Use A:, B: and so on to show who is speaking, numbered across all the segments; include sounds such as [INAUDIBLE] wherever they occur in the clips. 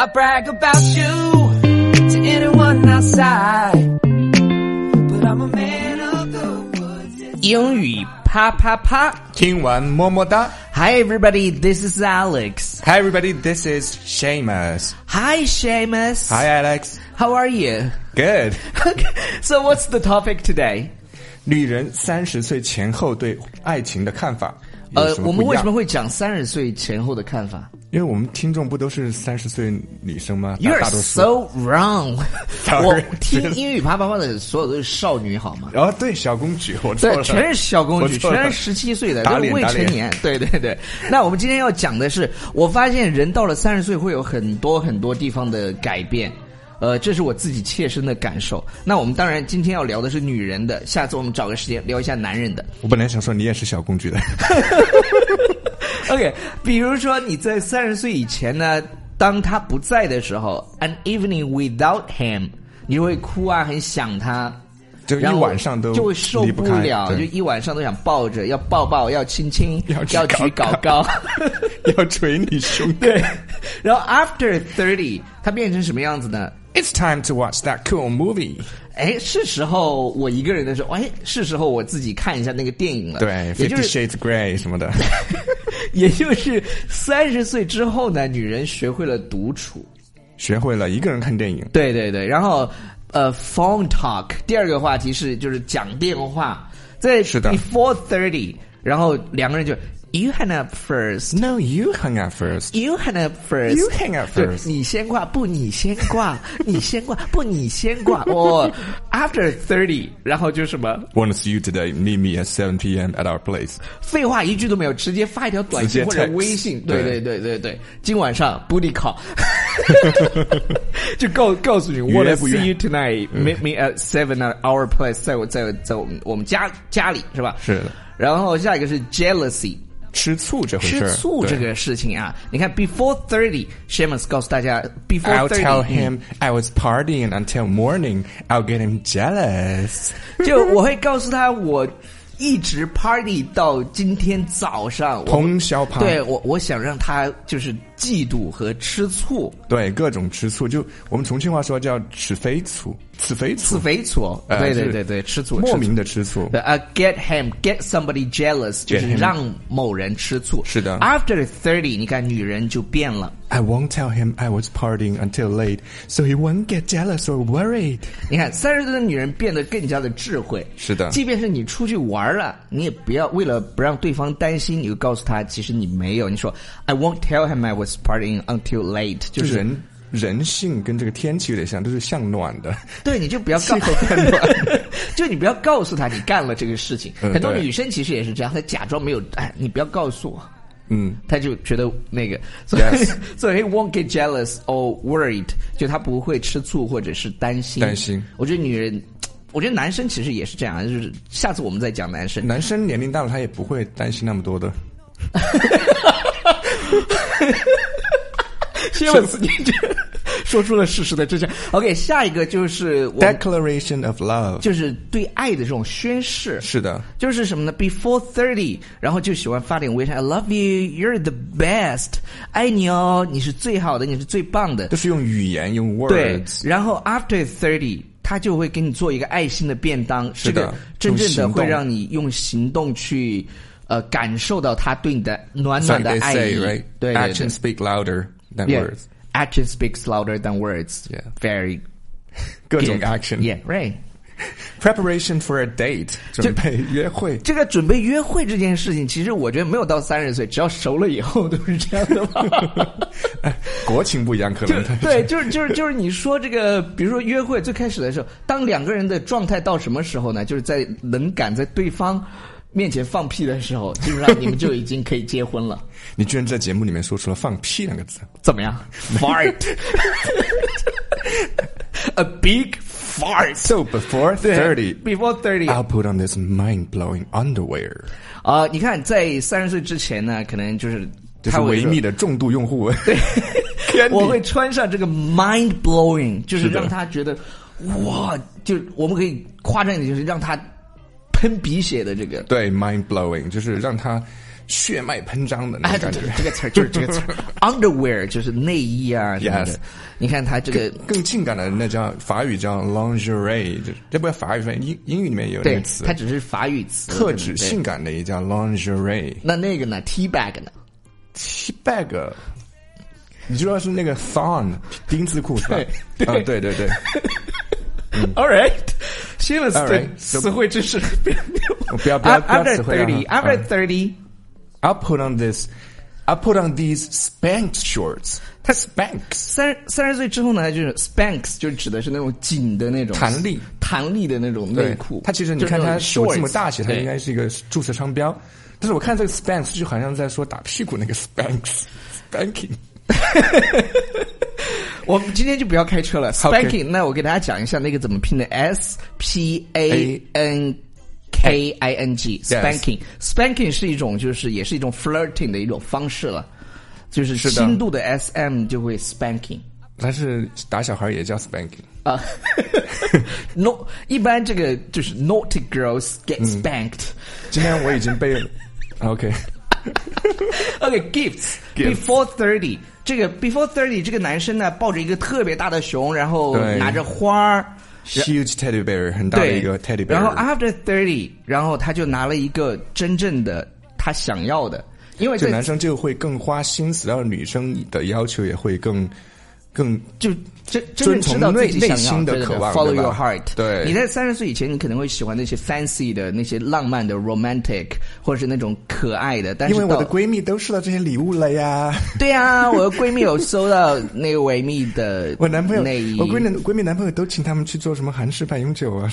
A: I brag about you to anyone outside. But I'm a man of the woods.
B: 英语啪啪啪
C: 听完么么哒
B: ！Hi everybody, this is Alex.
C: ，Hi everybody, this is Seamus.
B: Hi Seamus.
C: Hi Alex,
B: How are you? [LAUGHS]
C: good.
B: so what's the topic today?
C: 女人三十岁前后对爱情的看法有
B: 呃，
C: 什
B: Uh, 我
C: 么
B: 们
C: 不一
B: 为
C: 样
B: 什么会讲三十岁前后的看法
C: 因为我们听众不都是三十岁女生吗大
B: ？You're
C: 大多数
B: so wrong
C: [LAUGHS] 。Sorry
B: [LAUGHS] 我听英语啪啪啪的所有都是少女好吗？
C: 哦，对，小公举，我错
B: 对，
C: 了，
B: 全是小公举，
C: 我错了
B: 全是十七岁的，
C: 打
B: 都
C: 脸
B: 是未
C: 打
B: 成
C: 脸
B: 年。对对对。那我们今天要讲的是，我发现人到了三十岁会有很多很多地方的改变。呃，这是我自己切身的感受。那我们当然今天要聊的是女人的，下次我们找个时间聊一下男人的。
C: 我本来想说你也是小公举的， [LAUGHS]
B: OK，比如说你在三十岁以前呢，当他不在的时候，an evening without him，你就会哭啊，很想他，
C: 就一
B: 然后
C: 晚上都
B: 就会受
C: 离
B: 不
C: 开
B: 了，就
C: 对
B: 一晚上都想抱着，要抱抱，要亲亲，
C: [LAUGHS] 要举
B: 要举
C: 高
B: 高
C: 高
B: 高。
C: [LAUGHS] 要捶你胸。
B: [LAUGHS] 对，然后 after thirty，他变成什么样子呢？
C: It's time to watch that cool movie。
B: 哎，是时候我一个人的时候，哎，是时候我自己看一下那个电影了。
C: 对
B: 也就
C: ，Fifty
B: 是 [LAUGHS]
C: Shades Grey 什么的。
B: 也就是三十岁之后呢，女人学会了独处。
C: 学会了一个人看电影。
B: 对对对，然后呃，phone talk，第二个话题是就是讲电话，在
C: 是的
B: before thirty，然后两个人就 you hang up first。
C: No, you hung up first.
B: You hang up first.
C: You hang up
B: 对
C: first.
B: 你先挂，不你先挂， [LAUGHS] 你先挂，不你先
C: [LAUGHS]
B: 挂。哦、after [LAUGHS] thirty，然后就什么
C: Want to see you today? Meet me at 7 p.m. at our place.
B: 废话一句都没有，直接发一条短
C: 直接
B: 信或者
C: text，
B: 微信。对
C: 对
B: 对对对对，今晚
C: [LAUGHS]
B: 上 booty call，就告告诉你
C: 约
B: ，Wanna
C: 不约嗯
B: see you tonight？Meet me at seven at our place，在我在我在我们我们家家里是吧？
C: 是的。
B: 然后下一个是 jealousy。
C: 吃醋这回事
B: 吃
C: 儿，
B: 醋这个事情啊，你看，before thirty，Shamus 告诉大家
C: 对。
B: ，before
C: I'll tell
B: thirty，
C: him I was partying until morning. I'll get him jealous.
B: [LAUGHS] 就我会告诉他，我一直 party 到今天早上，我
C: 通宵趴，
B: 对我，我想让他就是嫉妒和吃醋，
C: 对各种吃醋，就我们重庆话说叫吃肥醋，吃肥醋，
B: 自肥醋。
C: 呃
B: 对
C: 是
B: 对对对，吃醋，
C: 莫
B: 吃醋
C: 名的吃醋。
B: 对啊，get him get somebody jealous，就
C: Get
B: 是
C: him
B: 让某人吃醋。
C: 是的
B: ，after thirty，你看女人就变了。
C: I won't tell him I was partying until late, so he won't get jealous or worried.
B: 你看，三十岁的女人变得更加的智慧。
C: 是的
B: 即便是你出去玩了，你也不要为了不让对方担心，你就告诉他，其实你没有。你说，I won't tell him I was partying until late，就
C: 就是人人性跟这个天气有点像，都是向暖的。
B: 对，你就不要告诉
C: [LAUGHS]
B: [LAUGHS] 就你不要告诉他你干了这个事情。
C: 嗯
B: 很多
C: 对
B: 女生其实也是这样，她假装没有，哎，你不要告诉我，
C: 嗯，
B: 她就觉得那个，所以
C: Yes
B: [LAUGHS] 所以 won't get jealous or worried，就她不会吃醋或者是担心。
C: 担心，
B: 我觉得女人。我觉得男生其实也是这样，就是下次我们再讲男生。
C: 男生年龄大了，他也不会担心那么多的。
B: 谢文斯，你这 [LAUGHS] 说出了事实的真相。OK，下一个就是我们
C: Declaration of love，
B: 就是对爱的这种宣誓。
C: 是的，
B: 就是什么呢？Before thirty，然后就喜欢发点微信，I love you, you're the best，爱你哦，你是最好的，你是最棒的
C: 都。是用语言用
B: 对，
C: words，
B: 然后 after thirty，他就会给你做一个爱心的便当，
C: 是的
B: 这个真正的
C: 用行动
B: 会让你用行动去呃感受到他对你的暖暖的
C: they
B: 爱
C: say
B: 意。
C: right，
B: 对对
C: a c t i
B: 对
C: o n speak louder than
B: Yeah.
C: words，
B: Action speaks louder than words.
C: Yeah.
B: Very
C: 各种
B: good.
C: action。
B: Yeah, right.
C: Preparation for a date，准备约会。
B: 这个准备约会这件事情，其实我觉得没有到三十岁，只要熟了以后都是这样的
C: [LAUGHS]
B: 吧。
C: 国情不一样，可
B: 就
C: 能 [LAUGHS] 他
B: [LAUGHS] 对，就是就是就是你说这个，比如说约会最开始的时候，当两个人的状态到什么时候呢？就是在能敢在对方面前放屁的时候，基本上你们就已经可以结婚了。
C: 你居然在节目里面说出了“放屁”两个字，
B: 怎么样？Fart。A big fart.
C: So 啊
B: [LAUGHS]
C: before thirty,
B: before thirty.
C: I'll put on this mind-blowing underwear。
B: 啊、你看，在三十岁之前呢，可能就是
C: 这是
B: 他会
C: 维
B: 说
C: 密的重度用户。 [LAUGHS] 对，
B: 我会穿上这个 mind blowing，就是
C: 是的
B: 让他觉得哇，就我们可以夸张一点，就是让他喷鼻血的这个。
C: 对 mind-blowing，就是让他血脉喷张的那
B: 哎，
C: 种
B: 对
C: 感觉
B: 对，对这个词儿就是这个 [LAUGHS] 词儿，underwear 就是内衣啊什么的
C: Yes。
B: 你看他这个
C: 更性感的那叫法语叫 lingerie，这这不是法语翻译，英英语里面有那
B: 对
C: 个，词
B: 它，只是法语词，
C: 特
B: 对
C: 指
B: 对
C: 性感的也叫 lingerie。
B: 那那个呢？T bag 呢？
C: T bag，你知道是那个 thong 丁字裤是吧？
B: 对
C: 啊，对对对，
B: All right，新 [LAUGHS] 的
C: All right，
B: 词汇知识。 [LAUGHS]
C: 不要不要
B: I'm
C: 不要
B: under
C: 词汇
B: thirty,
C: 啊
B: I'm under thirty。
C: I'll put on this. I put on these Spanx shorts. 它 Spanx
B: 三三十岁之后呢，就是 Spanx，就指的是那种紧的那种
C: 弹力
B: 弹力的那种内裤。
C: 它其实你看它
B: 它
C: 手这么大写，它
B: 对
C: 应该是一个注册商标。但是我看这个 Spanx 就好像在说打屁股那个 Spanx spanking。
B: 我们今天就不要开车了。
C: OK
B: Spanking，那我给大家讲一下那个怎么拼的，S P A N K I N G。
C: Yes
B: Spanking，Spanking 是一种就是也是一种 flirting 的一种方式了，就是
C: 是的
B: 轻度的 SM 就会 Spanking。
C: 但是打小孩也叫 spanking，
B: 啊 [LAUGHS] ，no，一般这个就是 naughty girls
C: 嗯
B: get spanked、
C: 今天我已经被 OK，
B: OK，gifts、
C: Gifts
B: before thirty，这个 before thirty 这个男生呢抱着一个特别大的熊，然后
C: 对
B: 拿着花儿，
C: [LAUGHS] huge teddy bear 很大的
B: 对
C: 一个 teddy bear，
B: 然后啊 after thirty，然后他就拿了一个真正的他想要的，因为
C: 这
B: 在
C: 男生就会更花心思，然后女生的要求也会更更
B: 就真真正知道自己
C: 遵
B: 想
C: 从内
B: 要
C: 内心的
B: 对对对
C: 渴望
B: follow
C: 对吧
B: your heart。
C: 对
B: 你在三十岁以前，你可能会喜欢那些 fancy 的、那些浪漫的、romantic，或者是那种可爱的。但是
C: 因为我
B: 到
C: 的闺蜜都收到这些礼物了呀。 [LAUGHS]
B: 对啊，我的闺蜜有收到那个维密的
C: [LAUGHS] 我男朋友，
B: 内衣，
C: 我闺蜜闺蜜男朋友都请他们去做什么韩式半永久啊，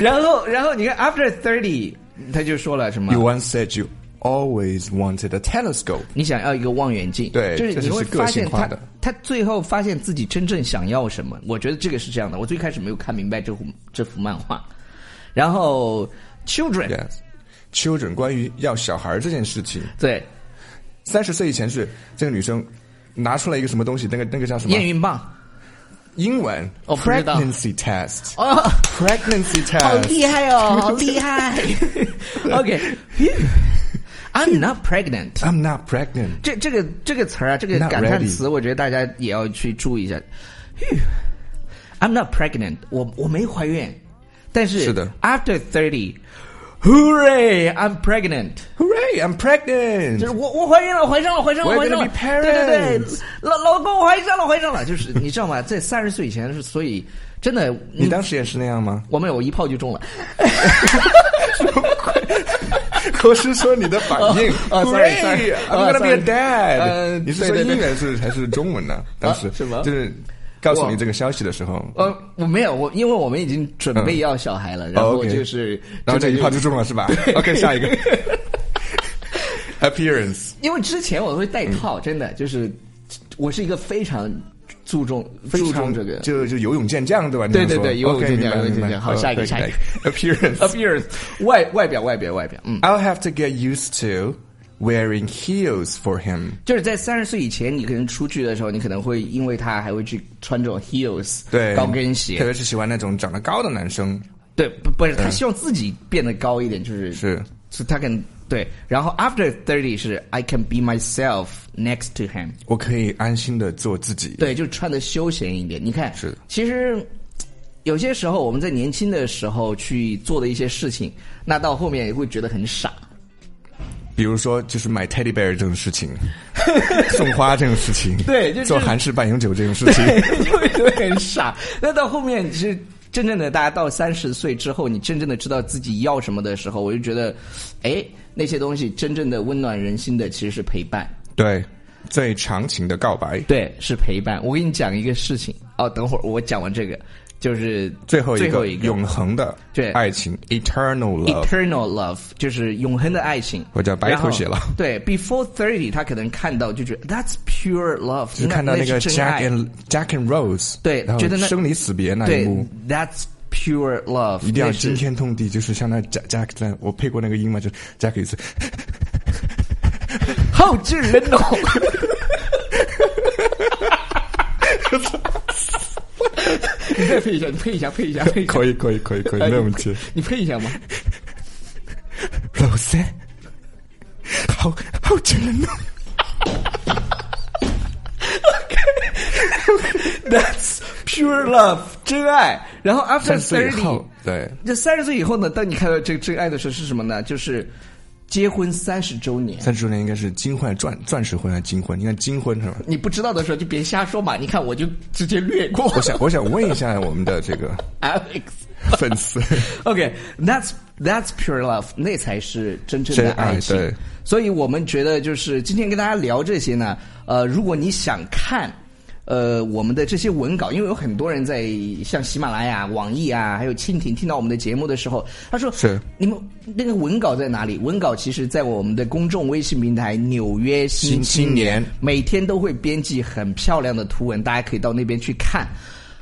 B: 然后然后你看 after thirty，他就说了什么
C: You once said you always wanted a telescope.
B: 你想要一个望远镜，
C: 对
B: 就是
C: 这
B: 你
C: 是
B: 会
C: 个
B: 发
C: 性
B: 现
C: 化
B: 他
C: 的
B: 他最后发现自己真正想要什么。我觉得这个是这样的，我最开始没有看明白这幅这幅漫画，然后 children
C: Yes. Children 关于要小孩这件事情，
B: 对
C: 三十岁以前是这个女生拿出来一个什么东西，那个那个叫什么
B: 验？孕
C: [LAUGHS]
B: 棒
C: 英文、
B: 哦不知道
C: pregnancy test，pregnancy
B: 哦，
C: test，
B: 好厉害哦，好厉 [LAUGHS] 害。OK，I'm not pregnant。
C: I'm not pregnant.
B: 这这个这个词儿啊，这个
C: Not
B: 感叹
C: ready
B: 词，我觉得大家也要去注意一下。Phew, I'm not pregnant，我我没怀孕，但是
C: 是的
B: after thirty，hooray，I'm pregnant，
C: Hooray! I'm
B: 就
C: pregnant.
B: 是我我怀孕了，怀上了，怀上了，
C: We're
B: 怀上了
C: gonna be parents
B: 对对对，老老公怀上了，怀上了，就是你知道吗？在三十岁以前是，所以真的，
C: 你当时也是那样 [LAUGHS] 吗？
B: 我们有一炮就中了。
C: 我是说你的反
B: [LAUGHS]
C: 应。
B: 哦哦 Oh, sorry，sorry，
C: I'm
B: 哦
C: gonna be a
B: ，sorry
C: dad。
B: 呃
C: 你是
B: 对
C: 说
B: 对对
C: 英语还是还是中
B: [LAUGHS]
C: 文呢？当时
B: 是吗
C: 就是告诉
B: 哇
C: 你这个消息的时候，
B: 呃，我没有，我因为我们已经准备
C: 嗯
B: 要小孩了，然后
C: OK
B: 就是，
C: 然后这一
B: 真的
C: 炮就中了是吧？OK，
B: [LAUGHS]
C: 下 [LAUGHS] 一个。Appearance，
B: 因为之前我会
C: 嗯
B: 戴套，真的就是我是一个非常注重注重这个
C: 就就游泳健将对吧？你
B: 对
C: 想
B: 对
C: 说
B: 对游泳
C: OK，
B: 健将
C: 明白
B: 游泳健
C: 明白
B: 将好
C: 哦
B: 下一个 Oh.
C: 对
B: 下一个 [LAUGHS]
C: Appearance。
B: appearance 外外表外表外表，嗯，
C: I'll have to get used to wearing heels for him.
B: 就是在三十岁以前，你可能出去的时候，你可能会因为他还会去穿这种 heels
C: 对，
B: 高跟
C: 特
B: 鞋，
C: 别是喜欢那种长得高的男生。
B: 对，不不是他希望自己变得高一点，就是
C: 是，
B: 是他跟对，然后 after thirty 是 I can be myself next to him，
C: 我可以安心的做自己。
B: 对，就穿的休闲一点。你看，
C: 是的
B: 其实有些时候我们在年轻的时候去做的一些事情，那到后面也会觉得很
C: [LAUGHS]
B: 傻。
C: 比如说，就是买 teddy bear 这种事情， [LAUGHS] 送花这种事情，
B: [LAUGHS] 对就
C: 做
B: 就
C: 韩式半永久这种事情，
B: 就会觉得很傻。那到后面其实真正的大家到三十岁之后，你真正的知道自己要什么的时候，我就觉得，哎，那些东西真正的温暖人心的其实是陪伴。
C: [LAUGHS] 对，最长情的告白。
B: 对，是陪伴。我给你讲一个事情哦，等会儿我讲完这个，就是
C: 最后一个
B: 最后一个
C: 永恒的
B: 对
C: 爱情，eternal love。
B: Eternal love 就是永恒的爱情，
C: 哦我叫白头偕老
B: 然后对，Before thirty，他可能看到就觉得 That's pure love，
C: 就看到
B: 那
C: 那个
B: 是真
C: Jack
B: 爱
C: and Jack and Rose，
B: 对
C: 然后
B: 觉得那
C: 生离死别那一
B: 对
C: 幕，
B: ，That's pure love，
C: 一定要
B: 那是
C: 惊天动地，就是像那 Jack Jack 在我配过那个音嘛，就是 Jack
B: [LAUGHS]
C: 一次，
B: 好惊人哦！你再配一下，你配一下，配一下，配一下，
C: 可以可以可以可以，
B: 哎
C: 没有问题。
B: 你配一下吗？
C: Rose，
B: 啊 That's pure love，真爱。然后 after
C: 三十岁以
B: thirty，
C: 后，对，
B: 这三十岁以后呢，当你看到这个真爱的时候是什么呢？就是结婚三十周年。
C: 三十周年应该是金婚、钻钻石婚还是金婚？应该金婚是吧？
B: 你不知道的时候就别瞎说嘛，你看我就直接略过。
C: 我想，我想问
B: [LAUGHS]
C: 一下我们的这个
B: Alex。
C: 粉丝，
B: OK，that's、that's pure love，那才是真正的
C: 真爱
B: 爱情。
C: 哎对
B: 所以我们觉得就是今天跟大家聊这些呢，呃，如果你想看。呃，我们的这些文稿，因为有很多人在像喜马拉雅、网易啊，还有蜻蜓听到我们的节目的时候，他说：“
C: 是
B: 你们那个文稿在哪里？”文稿其实在我们的公众微信平台《纽约新
C: 新青年
B: 每天都会编辑很漂亮的图文，大家可以到那边去看。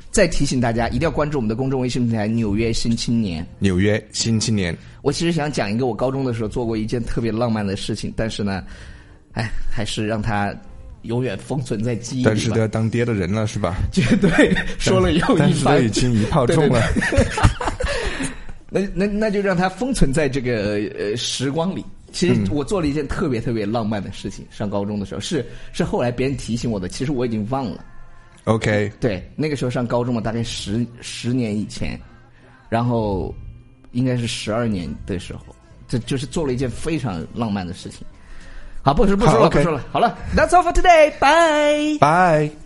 B: 再提醒大家，一定要关注我们的公众微信平台《纽约新青年》。
C: 纽约新青年，
B: 我其实想讲一个我高中的时候做过一件特别浪漫的事情，但是呢，哎，还是让它永远封存在记忆
C: 但
B: 里
C: 是
B: 吧
C: 都。要当爹的人了是吧？
B: 绝对说了又
C: 但
B: 一
C: 是都
B: 番，
C: 已经一炮中了，
B: 那那那就让它封存在这个呃时光里。
C: 嗯
B: 其实我做了一件特别特别浪漫的事情，上高中的时候是是后来别人提醒我的，其实我已经忘了。
C: OK，
B: 对，那个时候上高中嘛，大概十十年以前，然后应该是十二年的时候，这就是做了一件非常浪漫的事情。好，不说不说
C: 好
B: 了，
C: ，OK
B: 不说了，好了，That's all for today，拜。
C: 拜。